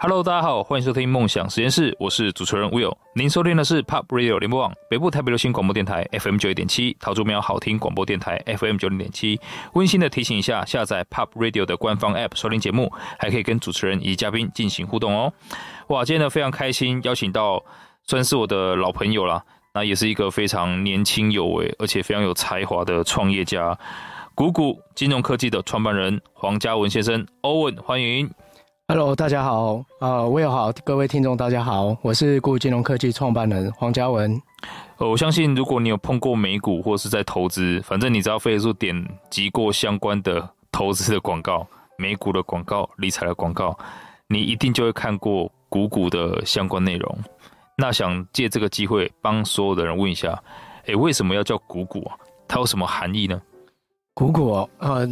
Hello，大家好，欢迎收听梦想实验室，我是主持人 Will。您收听的是 Pop Radio 联播网北部台北流行广播电台 FM 九一点七，桃竹苗好听广播电台 FM 九零点七。温馨的提醒一下，下载 Pop Radio 的官方 App 收听节目，还可以跟主持人以及嘉宾进行互动哦。哇，今天呢非常开心，邀请到算是我的老朋友啦，那也是一个非常年轻有为，而且非常有才华的创业家，谷谷金融科技的创办人黄嘉文先生欧文，欢迎。 Hello，大家好，呃，我友好，各位听众大家好，我是顾金融科技创办人黄嘉文。呃，我相信如果你有碰过美股或是在投资，反正你只要飞速点击过相关的投资的广告、美股的广告、理财的广告，你一定就会看过股股的相关内容。那想借这个机会帮所有的人问一下，诶，为什么要叫股股啊？它有什么含义呢？谷谷哦，呃，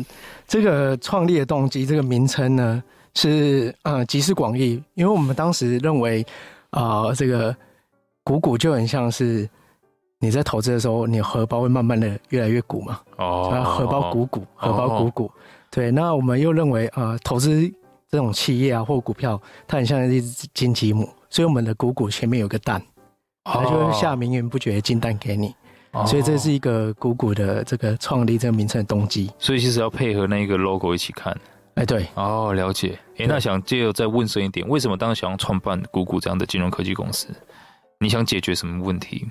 这个创立的动机，这个名称呢是呃集思广益，因为我们当时认为，啊、这个谷谷就很像是你在投资的时候，你荷包会慢慢的越来越鼓嘛，哦啊，荷包鼓鼓，荷包哦鼓鼓。对，那我们又认为呃，投资这种企业啊或股票，它很像一只金鸡母，所以我们的股骨前面有个蛋，它就会下绵延不绝的金蛋给你。哦所以这是一个股骨的这个创立这个名称的动机。所以其实要配合那个 logo 一起看。哎，对，哦，了解。诶，对那想借由再问深一点，为什么当时想要创办股股这样的金融科技公司？你想解决什么问题？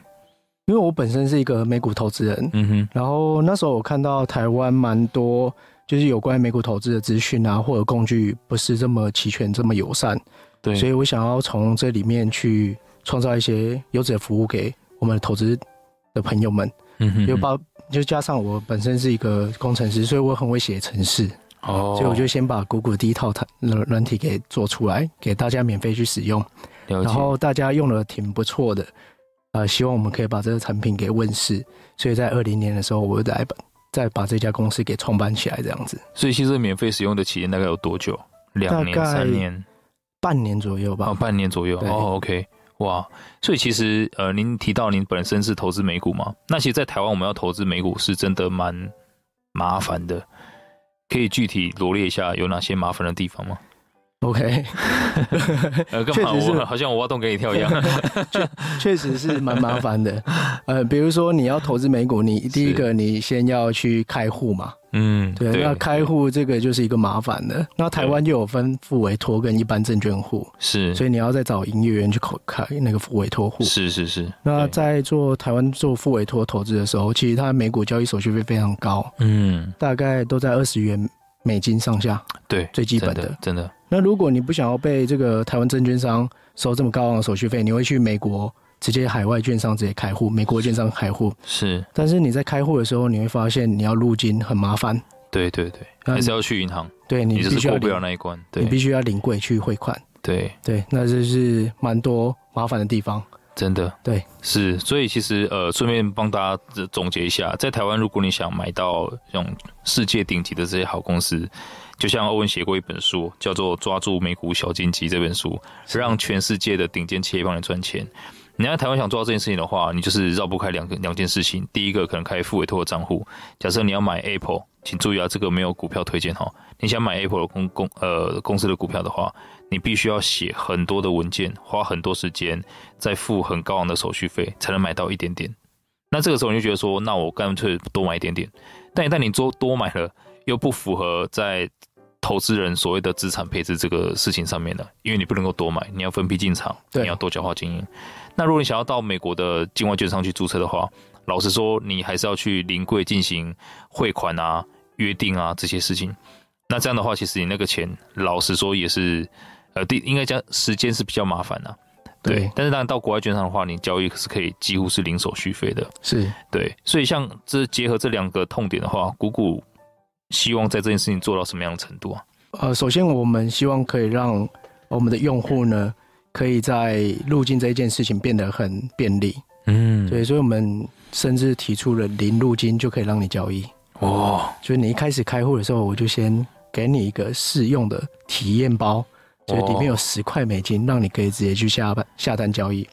因为我本身是一个美股投资人，嗯哼，然后那时候我看到台湾蛮多就是有关美股投资的资讯啊，或者工具不是这么齐全、这么友善，对，所以我想要从这里面去创造一些优质的服务给我们的投资的朋友们，嗯哼又包就加上我本身是一个工程师，所以我很会写程式，哦，所以我就先把谷歌第一套它软软体给做出来，给大家免费去使用，了解。然后大家用的挺不错的，呃，希望我们可以把这个产品给问世，所以在二零年的时候，我又来把再把这家公司给创办起来，这样子，所以其实免费使用的期间大概有多久？两年、大概三年，半年左右吧，哦，半年左右。对哦，OK，哇。所以其实呃，您提到您本身是投资美股嘛？那其实，在台湾我们要投资美股是真的蛮麻烦的，可以具体罗列一下有哪些麻烦的地方吗？哦 OK，呃，干确嘛？实是我好像我挖洞给你跳一样。 确实是蛮麻烦的。呃，比如说你要投资美股，你第一个你先要去开户嘛，嗯，对，那开户这个就是一个麻烦的。那台湾又有分付委托跟一般证券户，是，所以你要再找营业员去口开那个付委托户。是是是。那对在做台湾做付委托投资的时候，其实它美股交易手续费非常高，嗯，大概都在二十元美金上下。对，最基本真的的真的那如果你不想要被这个台湾证券商收这么高昂的手续费，你会去美国直接海外券商直接开户，美国券商开户，是，但是你在开户的时候，你会发现你要入金很麻烦，对对对，那还是要去银行，对你你就必须是要过不了领，那一关。你必对须要领柜去汇款，对，对，那这是蛮多麻烦的地方。真的，对，是，所以其实呃，顺便帮大家呃总结一下，在台湾，如果你想买到这种世界顶级的这些好公司，就像欧文写过一本书，叫做《抓住美股小金鸡》这本书，让全世界的顶尖企业帮你赚钱。你在台湾想做到这件事情的话，你就是绕不开两个两件事情。第一个可能开付委托的账户，假设你要买 Apple，请注意啊，这个没有股票推荐哈。你想买 Apple 的公公呃公司的股票的话，你必须要写很多的文件，花很多时间，再付很高昂的手续费才能买到一点点。那这个时候你就觉得说，那我干脆多买一点点。但一旦你多多买了，又不符合在投资人所谓的资产配置这个事情上面的，因为你不能够多买，你要分批进场，对你要多角化经营。那如果你想要到美国的境外券商去注册的话，老实说，你还是要去临柜进行汇款啊、约定啊这些事情。那这样的话，其实你那个钱，老实说也是，呃，第应该讲时间是比较麻烦啊的、对但是当然到国外券商的话，你交易是可以几乎是零手续费的。是对，所以像这结合这两个痛点的话，谷谷希望在这件事情做到什么样的程度啊？呃，首先我们希望可以让我们的用户呢，可以在入境这一件事情变得很便利，嗯，对，所以我们甚至提出了零入金就可以让你交易，哇，就是你一开始开户的时候，我就先给你一个试用的体验包，就里面有十块美金，让你可以直接去下单下单交易。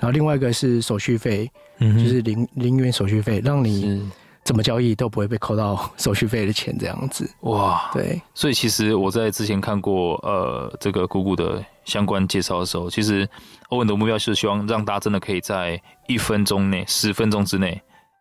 然后另外一个是手续费，嗯哼，就是零零元手续费，让你是怎么交易都不会被扣到手续费的钱这样子。哇，对，所以其实我在之前看过呃这个姑姑的相关介绍的时候，其实欧文的目标是希望让大家真的可以在一分钟内、十分钟之内，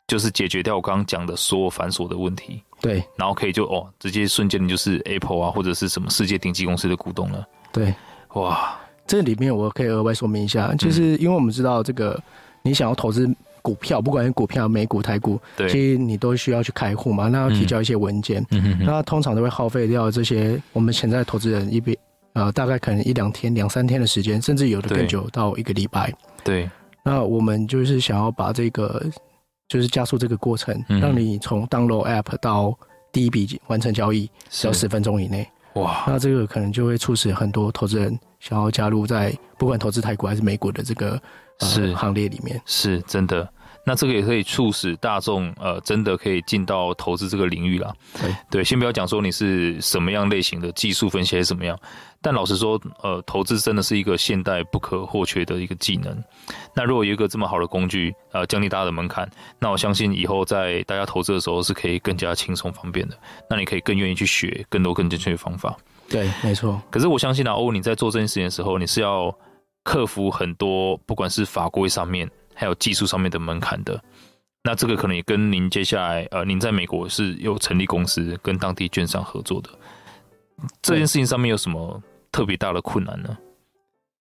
就是解决掉我刚刚讲的所有繁琐的问题，对，然后可以就哦直接瞬间你就是 Apple 啊或者是什么世界顶级公司的股东了。对。哇，这里面我可以额外说明一嗯下，就是因为我们知道这个，你想要投资股票，不管是股票、美股、台股，对其实你都需要去开户嘛，那要提交一些文件，嗯哼哼，那通常都会耗费掉这些我们潜在投资人一笔呃，大概可能一两天、两三天的时间，甚至有的对更久到一个礼拜。对，那我们就是想要把这个，就是加速这个过程，嗯让你从 download app 到第一笔完成交易，只要十分钟以内。哇，那这个可能就会促使很多投资人想要加入在不管投资台股还是美股的这个、呃、是行列里面。是真的。那这个也可以促使大众呃，真的可以进到投资这个领域啦。对先不要讲说你是什么样类型的技术分析还是怎么样，但老实说，呃，投资真的是一个现代不可或缺的一个技能。那如果有一个这么好的工具，呃，降低大家的门槛，那我相信以后在大家投资的时候是可以更加轻松方便的。那你可以更愿意去学更多更正确的方法。对，没错，可是我相信啊，欧，你在做这件事情的时候，你是要克服很多，不管是法规上面，还有技术上面的门槛的。那这个可能也跟您接下来，呃，您在美国是有成立公司跟当地券商合作的，这件事情上面有什么特别大的困难呢？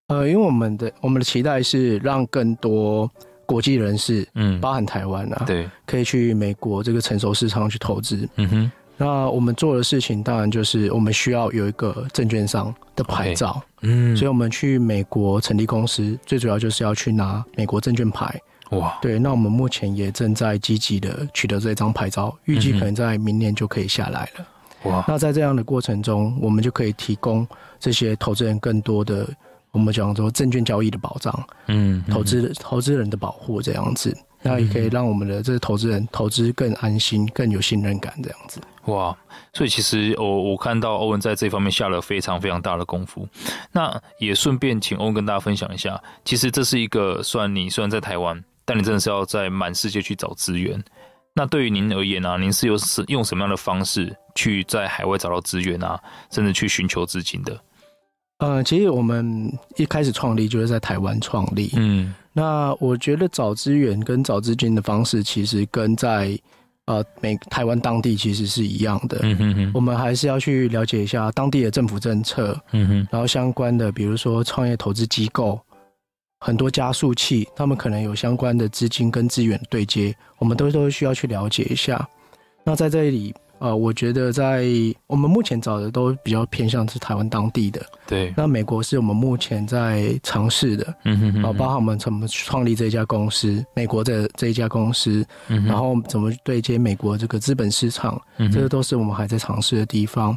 呃，因为我们的我们的期待是让更多国际人士，嗯，包含台湾啊，对，可以去美国这个成熟市场去投资。嗯哼，那我们做的事情，当然就是我们需要有一个证券商的牌照嗯，所以我们去美国成立公司，最主要就是要去拿美国证券牌。哇，对，那我们目前也正在积极的取得这张牌照，预计嗯哼可能在明年就可以下来了。哇，那在这样的过程中，我们就可以提供这些投资人更多的我们讲说证券交易的保障，嗯，投资投资人的保护这样子。那也可以让我们的这些投资人投资更安心、更有信任感这样子。哇，所以其实我我看到欧文在这方面下了非常非常大的功夫。那也顺便请欧文跟大家分享一下，其实这是一个算你虽然在台湾，但你真的是要在满世界去找资源。那对于您而言啊，您是有是用什么样的方式去在海外找到资源啊，甚至去寻求资金的？呃，其实我们一开始创立就是在台湾创立。嗯，那我觉得找资源跟找资金的方式，其实跟在呃美台湾当地其实是一样的。嗯哼我哼，们还是要去了解一下当地的政府政策，嗯哼，然后相关的，比如说创业投资机构，很多加速器，他们可能有相关的资金跟资源对接，我们都都需要去了解一下。那在这里，呃，我觉得在我们目前找的都比较偏向是台湾当地的，对，那美国是我们目前在尝试的，嗯哼哼，啊，包含我们怎么创立这家公司，美国的这一家公司，嗯哼，然后怎么对接美国这个资本市场，嗯哼这个都是我们还在尝试的地方。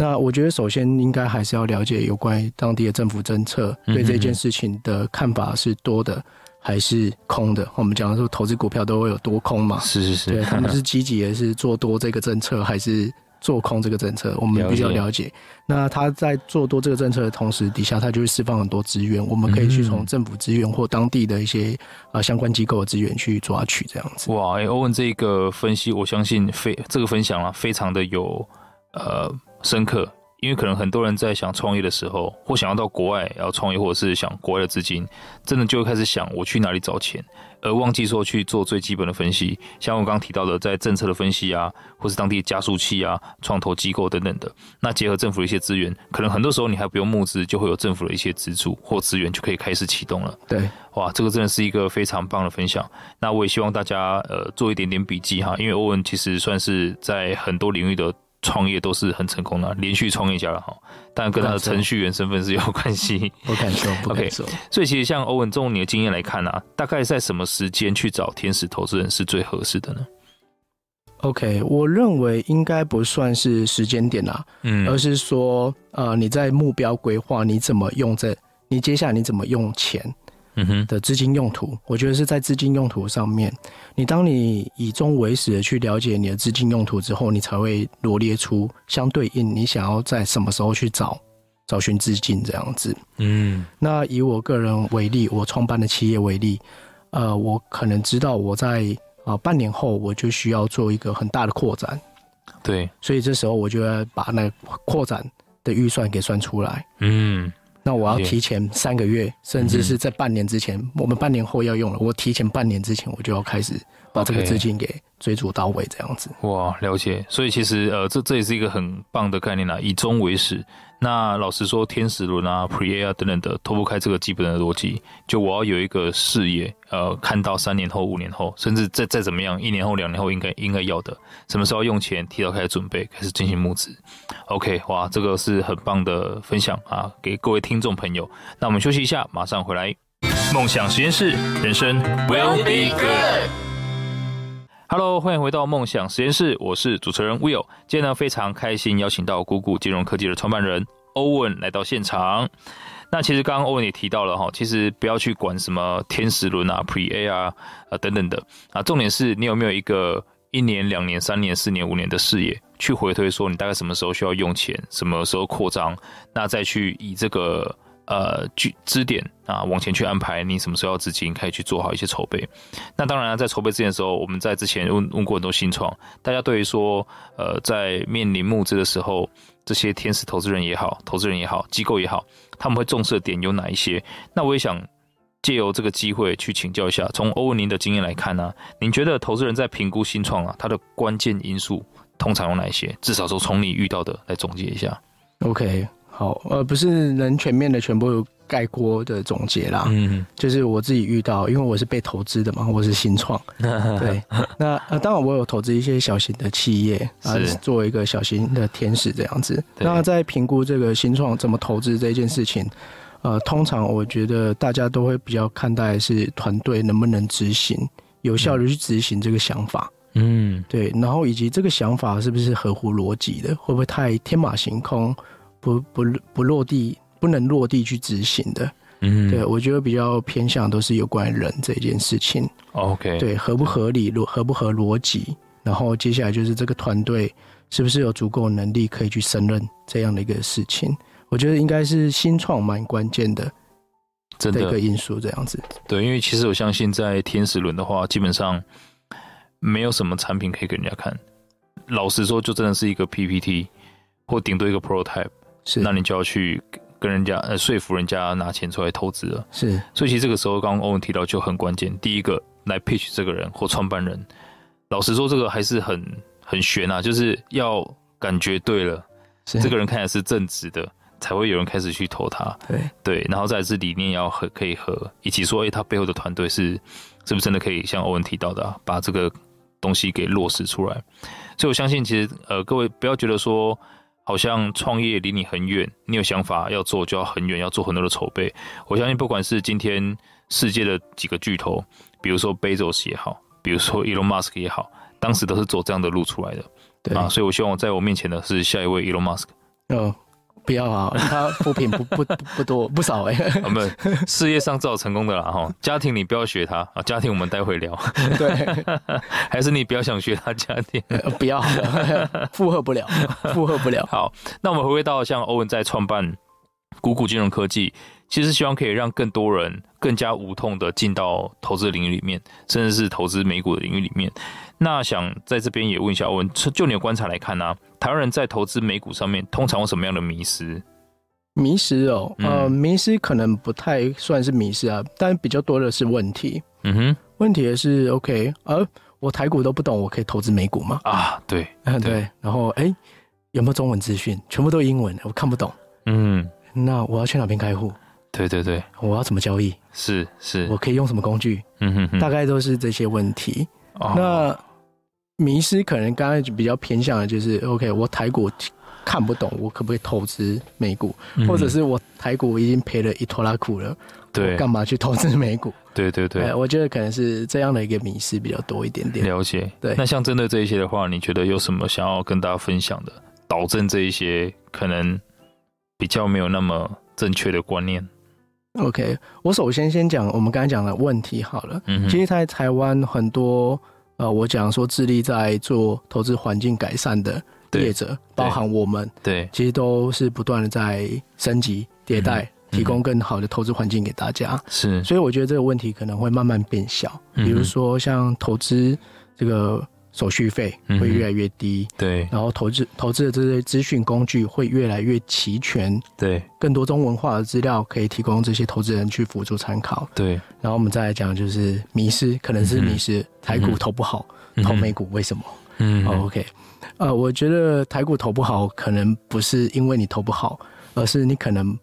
那我觉得，首先应该还是要了解有关于当地的政府政策嗯对这件事情的看法是多的还是空的。我们讲说投资股票都会有多空嘛，是是是，对，他们是积极的是做多这个政策还是做空这个政策，我们必须要了解。那他在做多这个政策的同时，底下他就会释放很多资源，我们可以去嗯从政府资源或当地的一些啊、呃相关机构的资源去抓取这样子。哇，哎、欧文这个分析，我相信非这个分享啊，非常的有呃深刻，因为可能很多人在想创业的时候，或想要到国外要创业，或者是想国外的资金，真的就会开始想我去哪里找钱，而忘记说去做最基本的分析，像我刚刚提到的，在政策的分析啊，或是当地加速器啊、创投机构等等的，那结合政府的一些资源，可能很多时候你还不用募资，就会有政府的一些资助或资源就可以开始启动了。对，哇，这个真的是一个非常棒的分享。那我也希望大家呃做一点点笔记哈，因为欧文其实算是在很多领域的创业都是很成功的，连续创业家了哈，但跟他的不敢说程序员身啊份是有关系。 不敢说，不 OK 敢说。所以其实像欧文，从你的经验来看啊，大概在什么时间去找天使投资人是最合适的呢？ OK，我认为应该不算是时间点啦、而嗯，是说呃你在目标规划你怎么用这，你接下来你怎么用钱。嗯哼，的资金用途，我觉得是在资金用途上面，你当你以终为始的去了解你的资金用途之后，你才会罗列出相对应你想要在什么时候去找找寻资金这样子。嗯那以我个人为例，我创办的企业为例，呃，我可能知道我在啊、呃半年后我就需要做一个很大的扩展，对，所以这时候我就要把那个扩展的预算给算出来。嗯那我了要解提前三个月，甚至是在半年之前，我们半年后要用了，我提前半年之前我就要开始把这个 OK 资金给追逐到位，这样子。哇，哦了解。所以其实呃，这这也是一个很棒的概念啊啦，以终为始。那老实说，天使轮啊、Pre A 啊等等的，脱不开这个基本的逻辑。就我要有一个视野，呃，看到三年后、五年后，甚至再再怎么样，一年后、两年后应该应该要的，什么时候用钱，提早开始准备，开始进行募资。OK，哇，这个是很棒的分享啊，给各位听众朋友。那我们休息一下，马上回来。梦想实验室，人生 will be good。Hello，欢迎回到梦想实验室，我是主持人 Will。今天呢，非常开心邀请到谷谷金融科技的创办人欧文来到现场。那其实刚刚欧文也提到了哈，其实不要去管什么天使轮啊、Pre A 啊、啊等等的啊，重点是你有没有一个一年、两年、三年、四年、五年的视野去回推，说你大概什么时候需要用钱，什么时候扩张，那再去以这个呃据支点啊往前去安排你什么时候要资金，可以去做好一些筹备。那当然啊，在筹备之前的时候，我们在之前问问过很多新创，大家对于说，呃，在面临募资的时候，这些天使投资人也好，投资人也好，机构也好，他们会重视的点有哪一些？那我也想借由这个机会去请教一下，从欧文您的经验来看呢、您觉得投资人在评估新创啊，它的关键因素通常有哪一些？至少说从你遇到的来总结一下。 OK，好，呃，不是能全面的全部概括的总结啦，嗯，就是我自己遇到，因为我是被投资的嘛，我是新创， 对，那呃，当然我有投资一些小型的企业，啊、是作为一个小型的天使这样子。对那在评估这个新创怎么投资这件事情，呃，通常我觉得大家都会比较看待是团队能不能执行，有效的去执行这个想法，嗯，对，然后以及这个想法是不是合乎逻辑的，会不会太天马行空，不不不落地，不能落地去执行的。嗯，对我觉得比较偏向都是有关人这件事情。 ，OK，，对，合不合理，逻合不合逻辑，然后接下来就是这个团队是不是有足够能力可以去胜任这样的一个事情，我觉得应该是新创蛮关键的真的一的个因素，这样子。对，因为其实我相信，在天使轮的话，基本上没有什么产品可以给人家看。老实说，就真的是一个 PPT，或顶多一个 prototype，是那你就要去跟人家呃说服人家拿钱出来投资了。是所以其实这个时候，刚刚欧文提到就很关键。第一个来 pitch 这个人或创办人，老实说，这个还是很很悬啊，就是要感觉对了，是这个人看起来是正直的，才会有人开始去投他。对对，然后再来是理念要合，可以合，以及说，哎、他背后的团队是是不是真的可以像欧文提到的、啊，把这个东西给落实出来？所以我相信，其实呃，各位不要觉得说，好像创业离你很远，你有想法要做就要很远，要做很多的筹备。我相信，不管是今天世界的几个巨头，比如说 Bezos 也好，比如说 Elon Musk 也好，当时都是走这样的路出来的对啊。所以我希望在我面前的是下一位 Elon Musk。嗯，不要啊，他不平不不不不多不少哎、 啊，没有，事业上至少成功的啦哈。家庭你不要学他啊，家庭我们待会聊， 对，还是你不要想学他家庭。呃 不要，负荷不了，负荷不了。好，那我们回归到像欧文在创办谷谷金融科技，其实希望可以让更多人更加无痛的进到投资领域里面，甚至是投资美股的领域里面。那想在这边也问一下欧文，就就你的观察来看呢、啊，台湾人在投资美股上面通常有什么样的迷失？迷失哦，呃，嗯迷失可能不太算是迷失啊，但比较多的是问题。嗯哼，问题也是 OK，呃，我台股都不懂，我可以投资美股吗？啊，对，嗯，对 对。然后哎、诶有没有中文资讯？全部都英文，我看不懂。嗯，那我要去哪边开户？对对对，我要怎么交易？是是我，可以用什么工具？嗯哼哼，大概都是这些问题。哦那迷失可能刚才就比较偏向的就是 OK，我台股看不懂，我可不可以投资美股？或者嗯是我台股已经赔了一拖拉苦了，对我干嘛去投资美股？对对对哎，我觉得可能是这样的一个迷失比较多一点点。了解，对那像针对这一些的话，你觉得有什么想要跟大家分享的？导正这一些可能比较没有那么正确的观念。 OK，我首先先讲我们刚才讲的问题好了。嗯哼其实，在台湾很多呃，我讲说致力在做投资环境改善的对业者，包含我们，对，其实都是不断的在升级迭代，嗯提供更好的投资环境给大家。是，所以我觉得这个问题可能会慢慢变小，嗯哼比如说像投资这个手续费嗯哼会越来越低，对然后投资投资的这些资讯工具会越来越齐全，对更多中文化的资料可以提供这些投资人去辅助参考。对，然后我们再来讲就是迷失，可能是迷失，台股投不好，投美股为什么、嗯哦 o k 呃，我觉得台股投不好，可能不是因为你投不好，而是你可能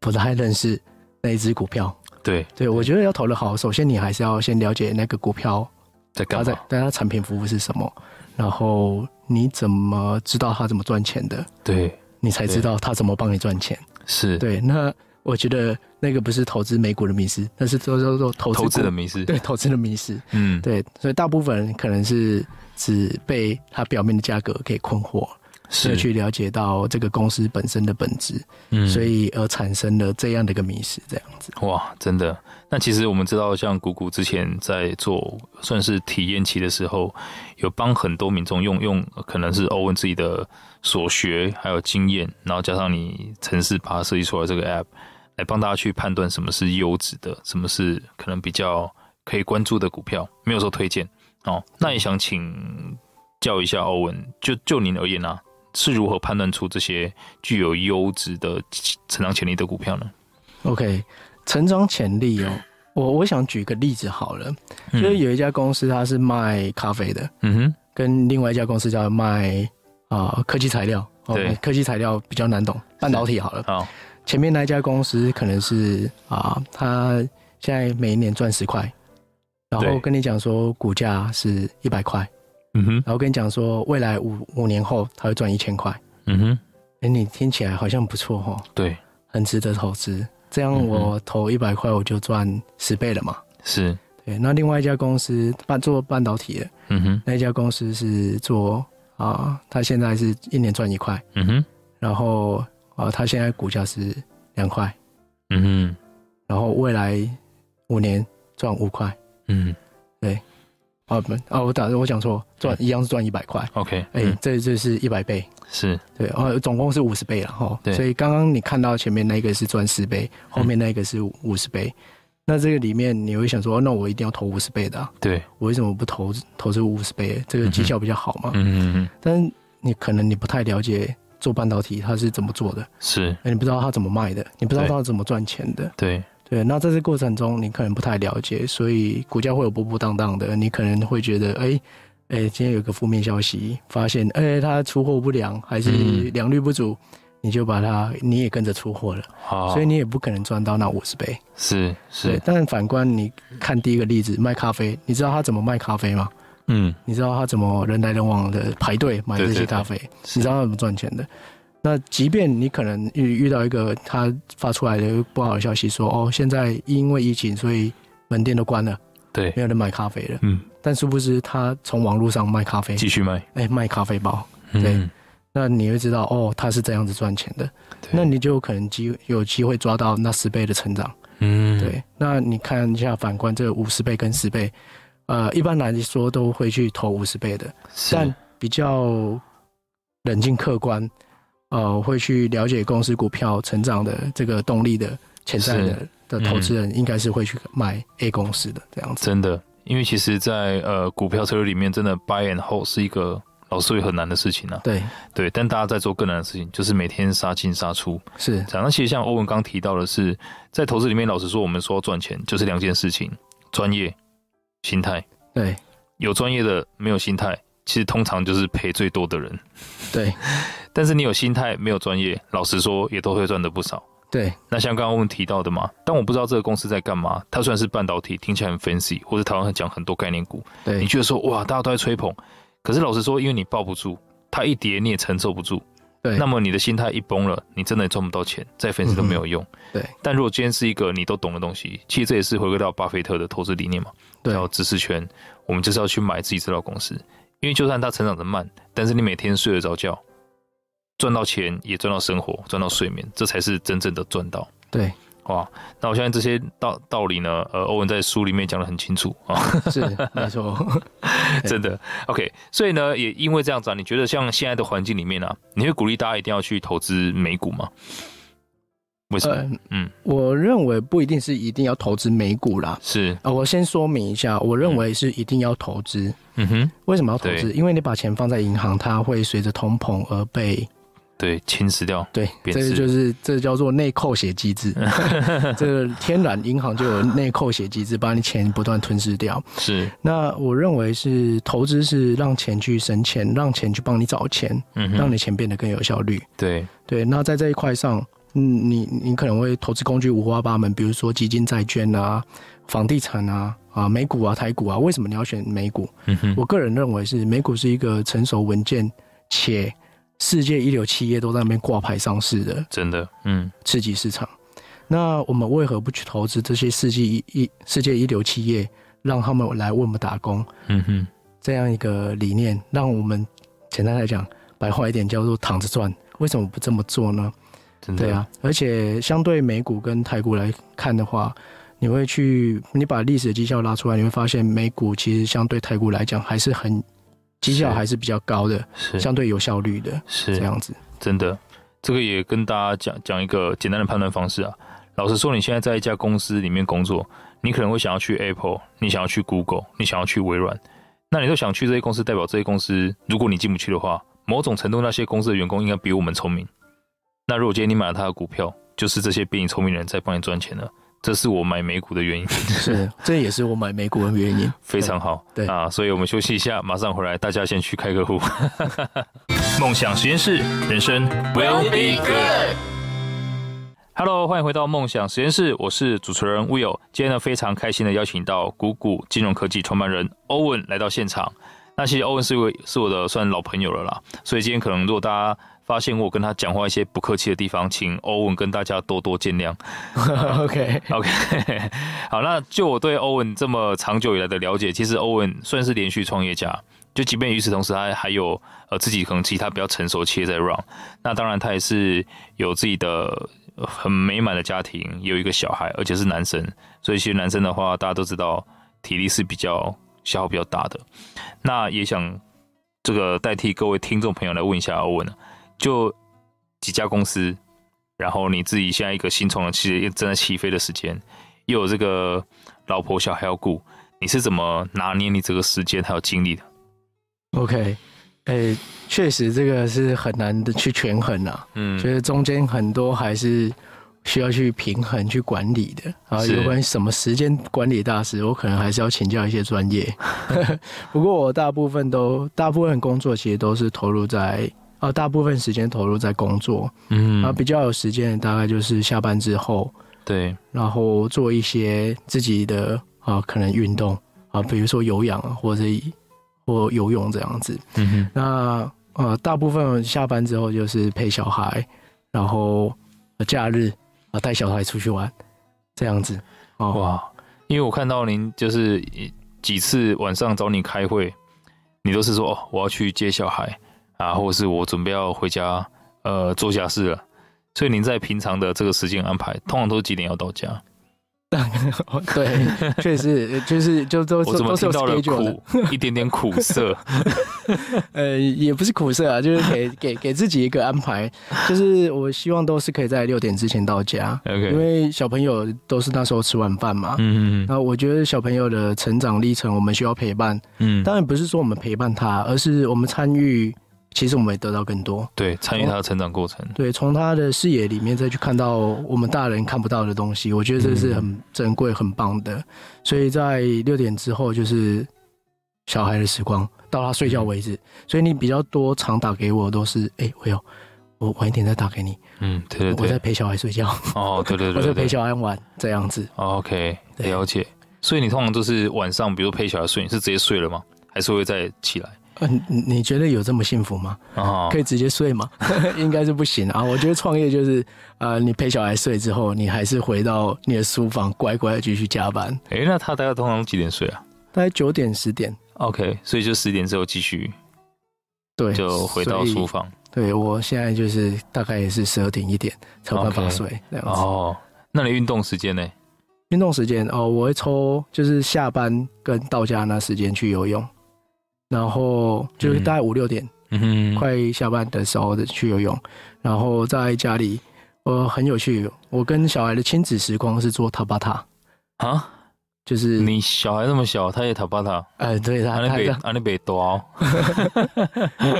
不太认识那一只股票。对，对，我觉得要投的好，首先你还是要先了解那个股票在它干在嘛？但它的产品服务是什么，然后你怎么知道它怎么赚钱的，对，你才知道它怎么帮你赚钱。是嗯对，那我觉得那个不是投资美股的迷失，那是叫叫做投资投资股的迷失，对投资的迷失。嗯，对，所以大部分人可能是只被它表面的价格给困惑，所以是，去了解到这个公司本身的本质，嗯所以而产生了这样的一个迷失。这样子，哇，真的。那其实我们知道，像谷谷之前在做算是体验期的时候，有帮很多民众用用，可能是欧文自己的所学还有经验，然后加上你城市把它设计出来这个 app，来帮大家去判断什么是优质的，什么是可能比较可以关注的股票，没有说推荐哦。那也想请教一下欧文，就就您而言啊，是如何判断出这些具有优质的成长潜力的股票呢？ OK，成长潜力哦，我我想举个例子好了，嗯就是有一家公司它是卖咖啡的，嗯哼。跟另外一家公司叫卖啊、呃科技材料。哦对科技材料比较难懂，半导体好了。好，前面那一家公司可能是啊，他现在每一年赚十块，然后对跟你讲说股价是一百块，嗯哼，然后跟你讲说未来五五年后他会赚一千块。嗯哼，哎，你听起来好像不错哦，对，很值得投资。这样我投一百块我就赚十倍了嘛。是，对，那另外一家公司半做半导体的嗯哼，那一家公司是做啊，他现在是一年赚一块，嗯哼，然后啊，他现在股价是两块。嗯然后未来五年赚五块哼，嗯啊不啊我打我讲错，嗯赚一样是赚一百块， ，OK，哎、嗯，这就是一百倍，是，对，哦总共是五十倍了哈，对嗯所以刚刚你看到前面那个是赚十倍，后面那个是五十倍，那这个里面你会想说，哦那我一定要投五十倍的啊、对，我为什么不投投资五十倍？这个绩效比较好嘛，嗯嗯，但是你可能你不太了解做半导体它是怎么做的，是，哎你不知道它怎么卖的，你不知道对它怎么赚钱的，对，对，那在这过程中，你可能不太了解，所以股价会有波波荡荡的。你可能会觉得，哎、哎、今天有个负面消息，发现哎、它出货不良，还是嗯良率不足，你就把它，你也跟着出货了，好，所以你也不可能赚到那五十倍。是对哦是，，但反观你看第一个例子，卖咖啡，你知道他怎么卖咖啡吗？嗯，你知道他怎么人来人往的排队买这对对些对咖啡？是你知道他怎么赚钱的？那即便你可能遇遇到一个他发出来的不好的消息说，哦，现在因为疫情，所以门店都关了，对，没有人买咖啡了。嗯，但殊不知他从网络上卖咖啡，继续卖，哎、卖咖啡包，嗯，那你会知道哦，他是这样子赚钱的。对那，你就有可能机有机会抓到那十倍的成长。嗯，对，那你看一下反观这五十倍跟十倍，呃，一般来说都会去投五十倍的。是，但比较冷静客观，呃，会去了解公司股票成长的这个动力的潜在的的投资嗯人，应该是会去买 A 公司的这样子。真的，因为其实在，呃股票策略里面，真的 buy and hold 是一个老师会很难的事情啊。对，对，但大家在做更难的事情，就是每天杀进杀出。是这样那其实像欧文刚提到的是，在投资里面，老实说，我们说要赚钱就是两件事情：专业、心态。对有专业的，没有心态，其实通常就是赔最多的人。对但是你有心态，没有专业，老实说，也都会赚的不少。对那像刚刚我们提到的嘛，但我不知道这个公司在干嘛。它虽然是半导体，听起来很 fancy，或者台湾讲很多概念股，你对觉得说哇，大家都在吹捧，可是老实说，因为你抱不住，它一跌你也承受不住，对，那么你的心态一崩了，你真的赚不到钱，再分析都没有用。嗯对，但如果今天是一个你都懂的东西，其实这也是回归到巴菲特的投资理念嘛，对还有知识圈，我们就是要去买自己知道的公司，因为就算它成长的慢，但是你每天睡得着觉，赚到钱也赚到生活，赚到睡眠，这才是真正的赚到。对哇，那我相信这些道道理呢，呃，欧文在书里面讲的很清楚啊， 是没错。真的。OK，所以呢，也因为这样子啊，你觉得像现在的环境里面啊，你会鼓励大家一定要去投资美股吗？为什么？呃嗯，我认为不一定是一定要投资美股啦。是，呃，我先说明一下，我认为是一定要投资。嗯哼，为什么要投对资？因为你把钱放在银行，它会随着通膨而被对，侵蚀掉，对，贬这值就是这叫做内扣血 机制。这个天然银行就有内扣血机制，把你钱不断吞噬掉。是，那我认为是投资是让钱去生钱，让钱去帮你找钱，嗯让哼，你钱变得更有效率。对，对，那在这一块上，嗯，你你可能会投资工具五花八门，比如说基金、债券啊、房地产啊、啊美股啊、台股啊。为什么你要选美股？嗯哼，我个人认为是美股是一个成熟稳健且世界一流企业都在那边挂牌上市的真的，嗯，刺激市场。那我们为何不去投资这些世界一一世界一流企业，让他们来为我们打工？嗯哼，这样一个理念，让我们简单来讲，白话一点叫做躺着赚。为什么不这么做呢？真的，嗯对啊，而且相对美股跟台股来看的话，你会去你把历史的绩效拉出来，你会发现美股其实相对台股来讲还是很绩效是还是比较高的，是相对有效率的是这样子。真的，这个也跟大家讲讲一个简单的判断方式啊。老实说，你现在在一家公司里面工作，你可能会想要去 Apple，你想要去 Google，你想要去微软，那你都想去这些公司，代表这些公司，如果你进不去的话，某种程度那些公司的员工应该比我们聪明。那如果今天你买了他的股票，就是这些比你聪明的人在帮你赚钱了，这是我买美股的原因。是， 这也是我买美股的原因。非常好，对啊，所以我们休息一下，马上回来，大家先去开个户。 梦想实验室，人生 will be good。Hello，欢迎回到梦想实验室，我是主持人 Will。今天呢，非常开心的邀请到谷谷金融科技创办人欧文来到现场。那其实欧文是一位是我的算老朋友了啦，所以今天可能如果大家发现我跟他讲话一些不客气的地方，请欧文跟大家多多见谅。 OK， OK，好， 那就我对欧文这么长久以来的了解，其实欧文算是连续创业家。就即便与此同时，他还有呃自己可能其他比较成熟企业在 run。那当然，他也是有自己的呃很美满的家庭，也有一个小孩，而且是男生。所以其实男生的话，大家都知道体力是比较消耗比较大的。那也想这个代替各位听众朋友来问一下欧文啊，就几家公司，然后你自己现在一个新创的企业正在起飞的时间，又有这个老婆小孩要顾，你是怎么拿捏你这个时间还有精力的？ OK，诶、确实这个是很难的去权衡啊，嗯觉得中间很多还是需要去平衡、去管理的啊。是有关于什么时间管理大师，我可能还是要请教一些 专业。不过我大部分都，大部分工作其实都是投入在。啊，大部分时间投入在工作，嗯然后比较有时间的大概就是下班之后，对，然后做一些自己的啊，可能运动啊，比如说有氧啊，或者是或游泳这样子。嗯哼，那呃，大部分下班之后就是陪小孩，然后、呃假日啊、呃带小孩出去玩，这样子。哦，哇，因为我看到您就是几次晚上找你开会，你都是说哦，我要去接小孩啊，或者是我准备要回家呃做家事了。所以您在平常的这个时间安排，通常都几点要到家？ 对，确实呃就是就都我怎么都听是有到了 schedule 的，苦一点点苦涩？呃，也不是苦涩啊，就是 给给给自己一个安排，就是我希望都是可以在六点之前到家， OK，因为小朋友都是那时候吃晚饭嘛。嗯嗯那我觉得小朋友的成长历程，我们需要陪伴。嗯，当然不是说我们陪伴他，而是我们参与，其实我们也得到更多。对，参与他的成长过程，对，从他的视野里面再去看到我们大人看不到的东西，我觉得这嗯是很珍贵、很棒的。所以在六点之后就是小孩的时光，到他睡觉嗯为止。所以你比较多常打给我都是，哎、我有，我晚一点再打给你，嗯，对我对在对，陪小孩睡觉，哦，对对 我对在对陪对小孩玩这样子。 ，OK，对了解。所以你通常都是晚上，比如陪小孩睡，你是直接睡了吗？还是会再起来？嗯、你你觉得有这么幸福吗？哦可，以直接睡吗？ 应该是不行啊。我觉得创业就是，呃，你陪小孩睡之后，你还是回到你的书房，乖乖的继续加班，诶，那他大概通常几点睡啊大概九点十点。 ？OK，所以就十点之后继续对，就回到所以书。房。对我现在就是大概也是十二点一点才有办法睡这样子。哦，那你运动时间呢？运动时间哦，我会抽就是下班跟到家那时间去游泳，然后就是大概五六点、嗯哼，快下班的时候的去游泳，然后在家里，我很有趣，我跟小孩的亲子时光是做塔巴塔，啊！就是你啊小孩那么小，他也塔巴塔，呃，对他安他利北他安利北多哦，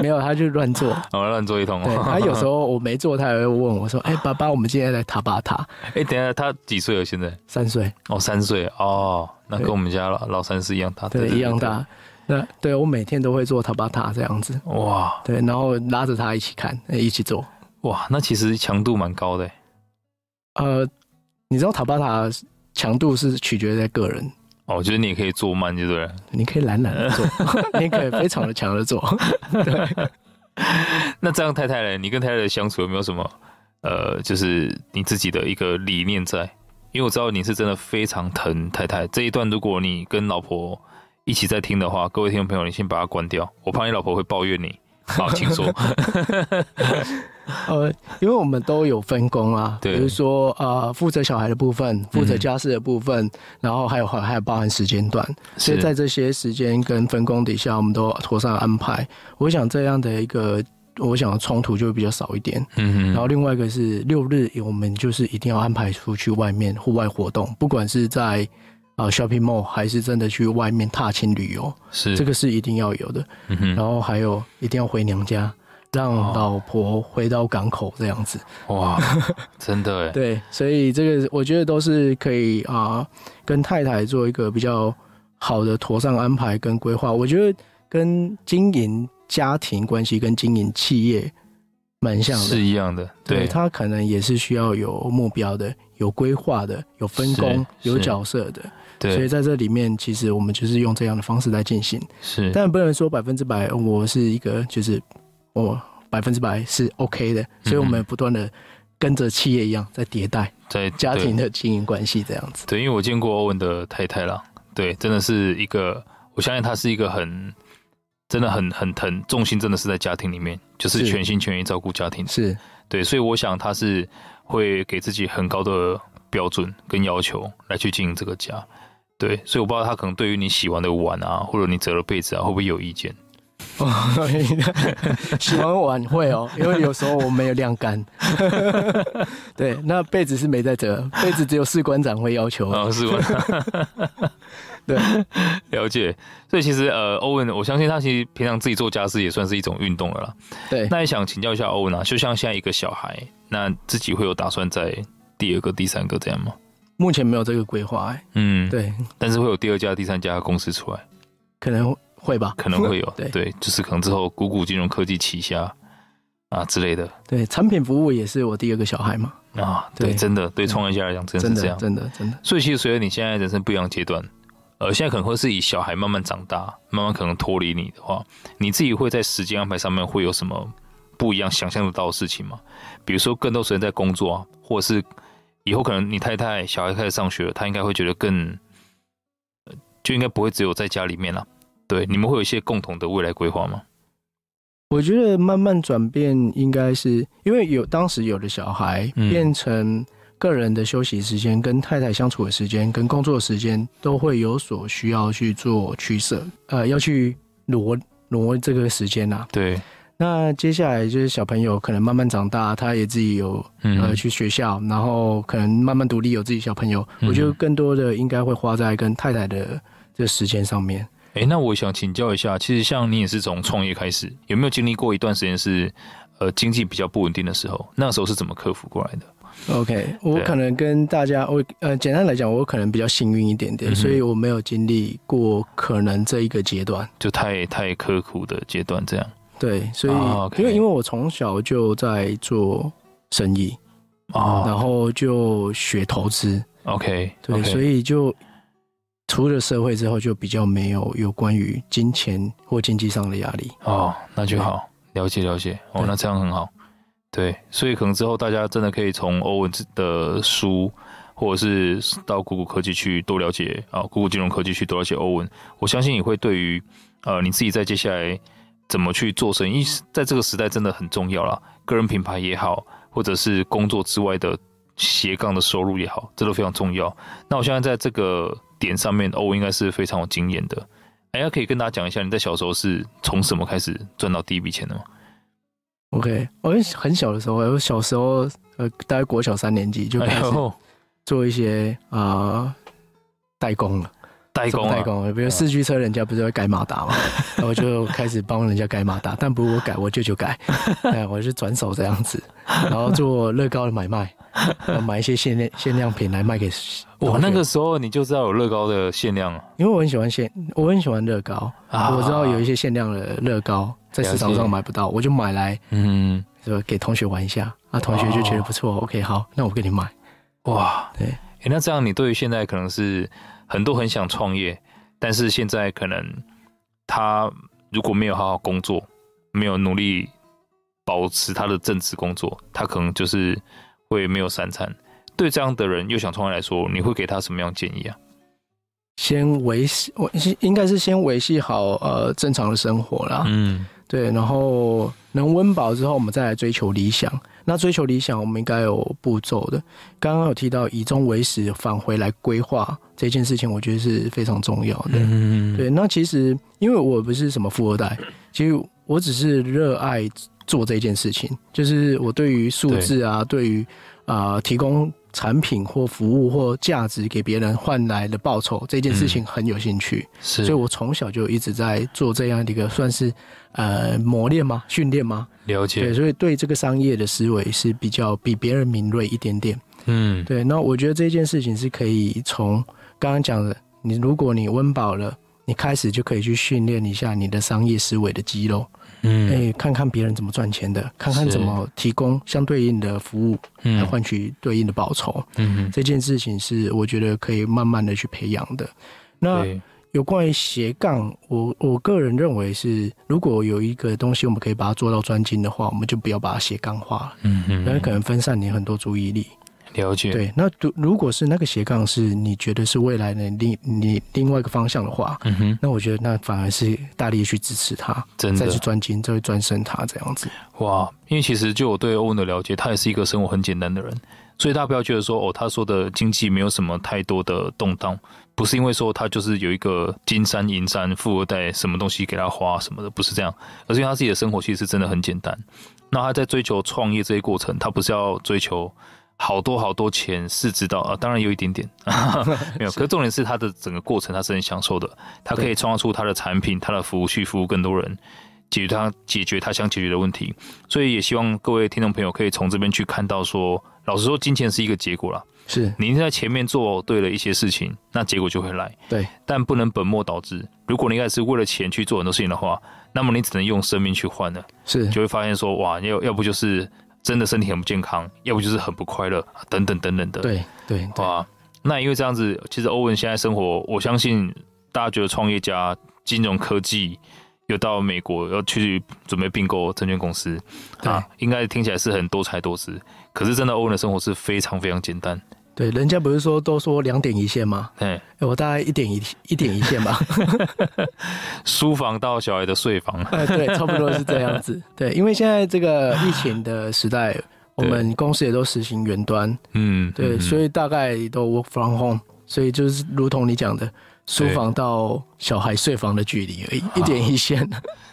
没有他就乱做，我乱做一通对，哦。他有 时候我没做，他也会问我说，哎、爸爸，我们今天来塔巴塔，哎，等一下他几岁了？现在三岁，哦，三岁哦，那跟我们家老老三是一样大，对，一样。大，那对我每天都会做塔巴塔这样子，哇对，然后拉着他一起看，哎一起做。哇，那其实强度蛮高的呃，你知道塔巴塔强度是取决在个人，哦。我觉得你也可以做慢，就对了。 你可以懒懒的做，你也可以非常的强的做。那这样太太嘞，你跟太太的相处有没有什么呃，就是你自己的一个理念在？因为我知道你是真的非常疼太太。这一段如果你跟老婆一起在听的话，各位听众朋友，你先把它关掉，我怕你老婆会抱怨你。 好，请说。呃，因为我们都有分工啊，比对如说呃，负责小孩的部分，负责嗯家事的部分，然后还有还有包含时间段，所以是在这些时间跟分工底下，我们都妥善安排。我想这样的一个，我想冲突就会比较少一点。嗯然后另外一个是六日，我们就是一定要安排出去外面户外活动，不管是在呃 shopping mall 还是真的去外面踏青旅游，是这，个是一定要有的。嗯哼然后还有一定要回娘家，让哦老婆回到港口这样子。哇，真的哎， 对，所以这个我觉得都是可以啊、跟太太做一个比较好的妥善安排跟规划。我觉得跟经营家庭关系跟经营企业蛮像的，是一样的，对对，他可能也是需要有目标的、有规划的、有分工、是有是角色的。所以对，在这里面，其实我们就是用这样的方式来进行。是，但不能说百分之百，我是一个就是我百分之百是 OK 的，所以我嗯们不断的跟着企业一样在迭代在家对庭的经营关系这样子。对，因为我见过欧文的太太啦，对，真的是一个，我相信她是一个很，真的很很疼，重心真的是在家庭里面，就是是全心全意照顾家庭。是对，所以我想她是会给自己很高的标准跟要求来去经营这个家。对，所以我不知道她可能对于你洗完的碗啊，或者你折的被子啊，会不会有意见？喜欢晚会哦，因为有时候我没有晾干。 对，那被子是没在折，被子只有士官长会要求。啊、是吗？哦 对，了解。所以其实呃，欧文，我相信他其实平常自己做家事也算是一种运动了啦。对，那也想请教一下欧文啊，就像现在一个小孩，那自己会有打算在第二个、第三个这样吗？目前没有这个规划、哎嗯，。对，但是会有第二家、第三家公司出来，可能会吧，。可能会有对对，就是可能之后谷谷金融科技旗下啊之类的对，产品服务也是我第二个小孩嘛，啊，对，对嗯真的对创业家来讲真的是真这的，样。真的，真的，所以其实随着你现在人生不一样的阶段，呃，现在可能会是以小孩慢慢长大，慢慢可能脱离你的话，你自己会在时间安排上面会有什么不一样、想象得到的事情吗？比如说更多时间在工作啊，或者是以后可能你太太小孩开始上学了，她应该会觉得更，呃就应该不会只有在家里面了、对，你们会有一些共同的未来规划吗？我觉得慢慢转变应该是因为有当时有的小孩嗯变成个人的休息时间、跟太太相处的时间、跟工作时间都会有所需要去做取舍，呃，要去挪挪这个时间啊。对，那接下来就是小朋友可能慢慢长大，他也自己有嗯呃，去学校，然后可能慢慢独立，有自己小朋友，嗯我觉得更多的应该会花在跟太太的这时间上面。哎，那我想请教一下，其实像你也是从创业开始，有没有经历过一段时间是，呃，经济比较不稳定的时候？那时候是怎么克服过来的？ OK，我对啊可能跟大家，我呃，简单来讲，我可能比较幸运一点点，嗯哼所以我没有经历过可能这一个阶段。就太太刻苦的阶段，这样对，所以、哦，OK 因为因为我从小就在做生意，然哦后就学投资， ，OK，啊对 OK，所以就出了社会之后，就比较没有有关于金钱或经济上的压力。哦，那就好，了解了解，哦，对那这样很好，对，所以可能之后大家真的可以从欧文的书，或者是到谷谷科技去多了解啊，谷谷金融科技去多了解欧文，我相信你会对于呃你自己在接下来怎么去做生意，在这个时代真的很重要啦，个人品牌也好，或者是工作之外的斜杠的收入也好，这都非常重要。那我相信在这个点上面，欧文应该是非常有经验的。哎，可以跟大家讲一下，你在小时候是从什么开始赚到第一笔钱的吗？ OK，我很小的时候，我小时候呃，大概国小三年级就开哎始呦，做一些啊、呃代工了，代工、做啊，代工，比如四驱车，人家不是会改马 达嘛，然后我就开始帮人家改马达，但不是我改，我舅 舅改，哎，我就转手这样子，然后做乐高的买卖，然后买一些限量限量品来卖给同哇，学那个时候你就知道有乐高的限量啊因为我很喜欢限，我很喜欢乐高，啊我知道有一些限量的乐高在市场了上解买不到，我就买来嗯，就给同学玩一下，啊，同学就觉得不错、o k 好，那我给你买。哇，对哎，那这样你对于现在可能是很多很想创业，但是现在可能他如果没有好好工作，没有努力保持他的正职工作，他可能就是会没有三餐。对这样的人又想创业来说，你会给他什么样的建议啊？先维系，我应应该是先维系好呃正常的生活啦，嗯，对，然后能温饱之后，我们再来追求理想。那追求理想，我们应该有步骤的。刚刚有提到以终为始，返回来规划这件事情，我觉得是非常重要的。嗯，对，那其实因为我不是什么富二代，其实我只是热爱做这件事情，就是我对于数字啊，对于啊、呃提供产品或服务或价值给别人换来的报酬这件事情很有兴趣，嗯是，所以我从小就一直在做这样的一个算是呃磨练吗？训练吗？了对，解，所以对这个商业的思维是比较比别人敏锐一点点。嗯，对，那我觉得这件事情是可以从刚刚讲的，你如果你温饱了，你开始就可以去训练一下你的商业思维的肌肉，哎、嗯，看看别人怎么赚钱的，看看是怎么提供相对应的服务来嗯，换取对应的报酬。嗯，这件事情是我觉得可以慢慢的去培养的。那对，有关于斜杠，我我个人认为是，如果有一个东西我们可以把它做到专精的话，我们就不要把它斜杠化了，嗯因为嗯，可能分散你很多注意力。了解，对，那如如果是那个斜杠是你觉得是未来的另你另外一个方向的话，嗯哼，那我觉得那反而是大力去支持他，真再的去专精，再去专升他这样子。哇！因为其实就我对欧文的了解，他也是一个生活很简单的人，所以大家不要觉得说哦，他说的经济没有什么太多的动荡，不是因为说他就是有一个金山银山富二代什么东西给他花什么的，不是这样，而是因为他自己的生活其实真的很简单。那他在追求创业这些过程，他不是要追求好多好多钱，是知道啊，当然有一点点， 没有。可是重点是他的整个过程，他是很享受的，他可以创造出他的产品、他的服务去服务更多人，解决他解决他想解决的问题。所以也希望各位听众朋友可以从这边去看到说，老实说，金钱是一个结果啦。是你在前面做对了一些事情，那结果就会来，对，但不能本末倒置。如果你一开始是为了钱去做很多事情的话，那么你只能用生命去换了。是就会发现说，哇，要要不就是真的身体很不健康，要不就是很不快乐，啊等等等等的。，对对对哇，啊那因为这样子，其实欧文现在生活，我相信大家觉得创业家、金融科技，又到美国要去准备并购证券公司对啊，应该听起来是很多才多姿。可是真的，欧文的生活是非常非常简单。对，人家不是说都说两点一线吗？ 哎，哎我大概一点一 一点一线吧，书房到小孩的睡房，呃，对，差不多是这样子。对，因为现在这个疫情的时代，我们公司也都实行远端，嗯，对，嗯所以大概都 work from home，所以就是如同你讲的，书对房到小孩睡房的距离而已，一点一线。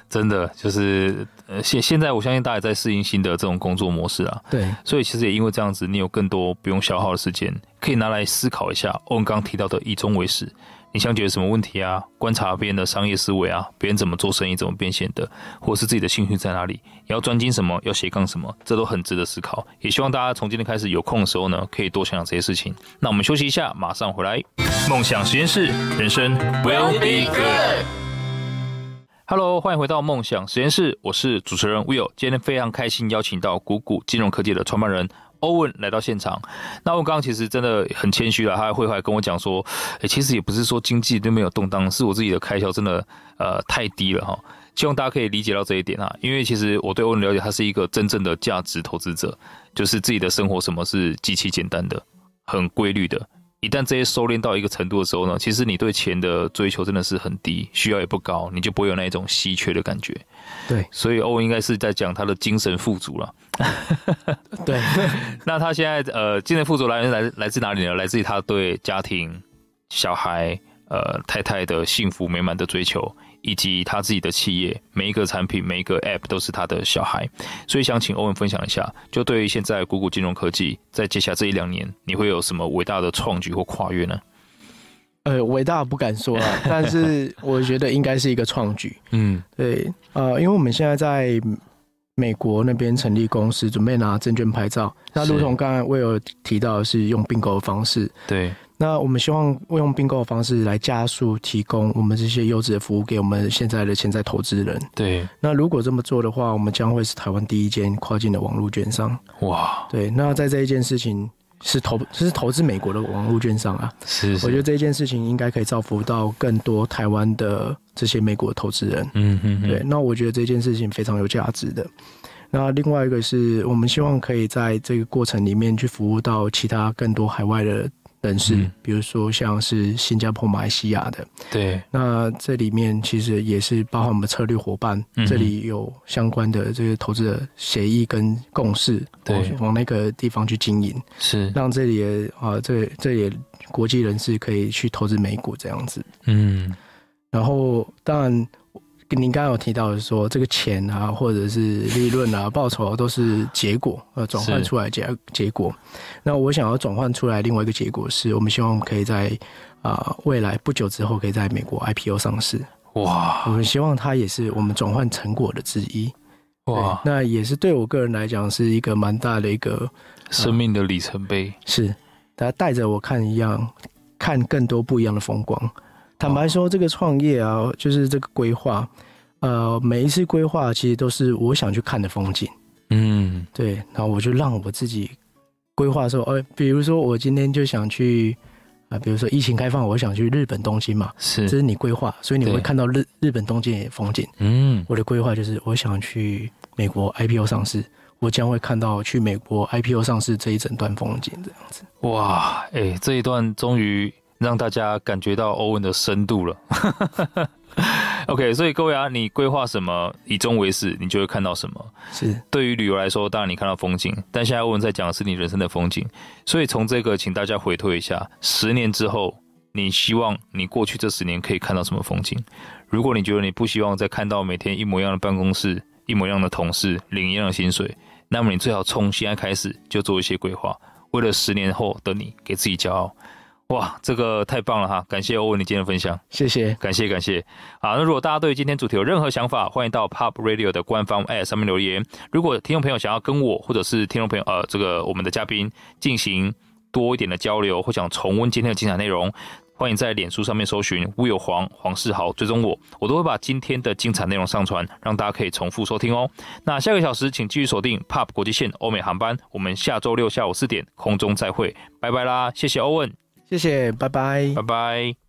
真的就是，呃，现现在我相信大家也在适应新的这种工作模式啊， 对，所以其实也因为这样子，你有更多不用消耗的时间，可以拿来思考一下欧文刚提到的以终为始，你想解决什么问题啊？观察别人的商业思维啊，别人怎么做生意，怎么变现的，或者是自己的兴趣在哪里，也要专精什么，要斜杠什么，这都很值得思考。也希望大家从今天开始有空的时候呢，可以多想想这些事情。那我们休息一下，马上回来。梦想实验室，人生 will be good。Hello，欢迎回到梦想实验室，我是主持人 Will。今天非常开心邀请到谷谷金融科技的创办人欧文来到现场。那欧文刚刚其实真的很谦虚了，他会后来跟我讲说，诶，其实也不是说经济都没有动荡，是我自己的开销真的呃太低了哈。希望大家可以理解到这一点啊，因为其实我对欧文了解，他是一个真正的价值投资者，就是自己的生活什么是极其简单的、很规律的，一旦这些收敛到一个程度的时候呢，其实你对钱的追求真的是很低，需要也不高，你就不会有那一种稀缺的感觉。对所以欧文应该是在讲他的精神富足了。 对，那他现在呃，精神富足来源来来自哪里呢？来自于他对家庭、小孩、呃太太的幸福美满的追求，以及他自己的企业，每一个产品、每一个 App 都是他的小孩。所以想请欧文分享一下，就对于现在谷股金融科技，在接下来这一两年，你会有什么伟大的创举或跨越呢？呃，伟大不敢说 啊，但是我觉得应该是一个创举。嗯对，呃，因为我们现在在美国那边成立公司，准备拿证券牌照。那是如同刚才我有提到，是用并购的方式。对，那我们希望用并购的方式来加速提供我们这些优质的服务给我们现在的潜在投资人。对，那如果这么做的话，我们将会是台湾第一间跨境的网络券商。哇，对，那在这一件事情是投是投资美国的网络券商啊，是我觉得，这一件事情应该可以造福到更多台湾的这些美国投资人。嗯嗯，对，那我觉得这件事情非常有价值的。那另外一个是我们希望可以在这个过程里面去服务到其他更多海外的人士，嗯比如说像是新加坡、马来西亚的。对，那这里面其实也是包含我们策略伙伴，嗯哼这里有相关的这个投资的协议跟共识，对往往那个地方去经营，是，让这里的啊、这这里的国际人士可以去投资美股这样子。嗯，然后当然，您刚刚有提到的说，这个钱啊，或者是利润啊、报酬啊，都是结果，呃，转换是出来结结果。那我想要转换出来另外一个结果是，我们希望可以在啊、未来不久之后可以在美国 IPO 上市。哇我们嗯希望它也是我们转换成果的之一。哇，对那也是对我个人来讲是一个蛮大的一个生命的里程碑，是，他带着我看一样，看更多不一样的风光。坦白说，这个创业啊，就是这个规划，呃，每一次规划其实都是我想去看的风景，嗯。对，然后我就让我自己规划说，呃，比如说我今天就想去啊、比如说疫情开放，我想去日本东京嘛，这是，是你规划，所以你会对看到日日本东京的风景。嗯，我的规划就是，我想去美国 IPO 上市，我将会看到去美国 IPO 上市这一整段风景这样子。哇，哎、这一段终于让大家感觉到欧文的深度了。OK，所以各位啊，你规划什么，以终为始，你就会看到什么。是。对于旅游来说，当然你看到风景，但现在欧文在讲的是你人生的风景。所以从这个，请大家回推一下，十年之后，你希望你过去这十年可以看到什么风景？如果你觉得你不希望再看到每天一模一样的办公室、一模一样的同事、领一样的薪水，那么你最好从现在开始就做一些规划，为了十年后的你给自己骄傲。哇，这个太棒了哈！感谢欧文你今天的分享。谢谢，感谢感谢。好，那如果大家对今天主题有任何想法，欢迎到 Pop Radio 的官方 App 上面留言。如果听众朋友想要跟我或者是听众朋友呃这个我们的嘉宾进行多一点的交流，或想重温今天的精彩内容。欢迎在脸书上面搜寻“乌有黄黄世豪”，追踪我，我都会把今天的精彩内容上传，让大家可以重复收听哦。那下个小时请继续锁定 PUB 国际线欧美航班，我们下周六下午四点空中再会，拜拜啦！谢谢欧文，谢谢，拜拜拜拜。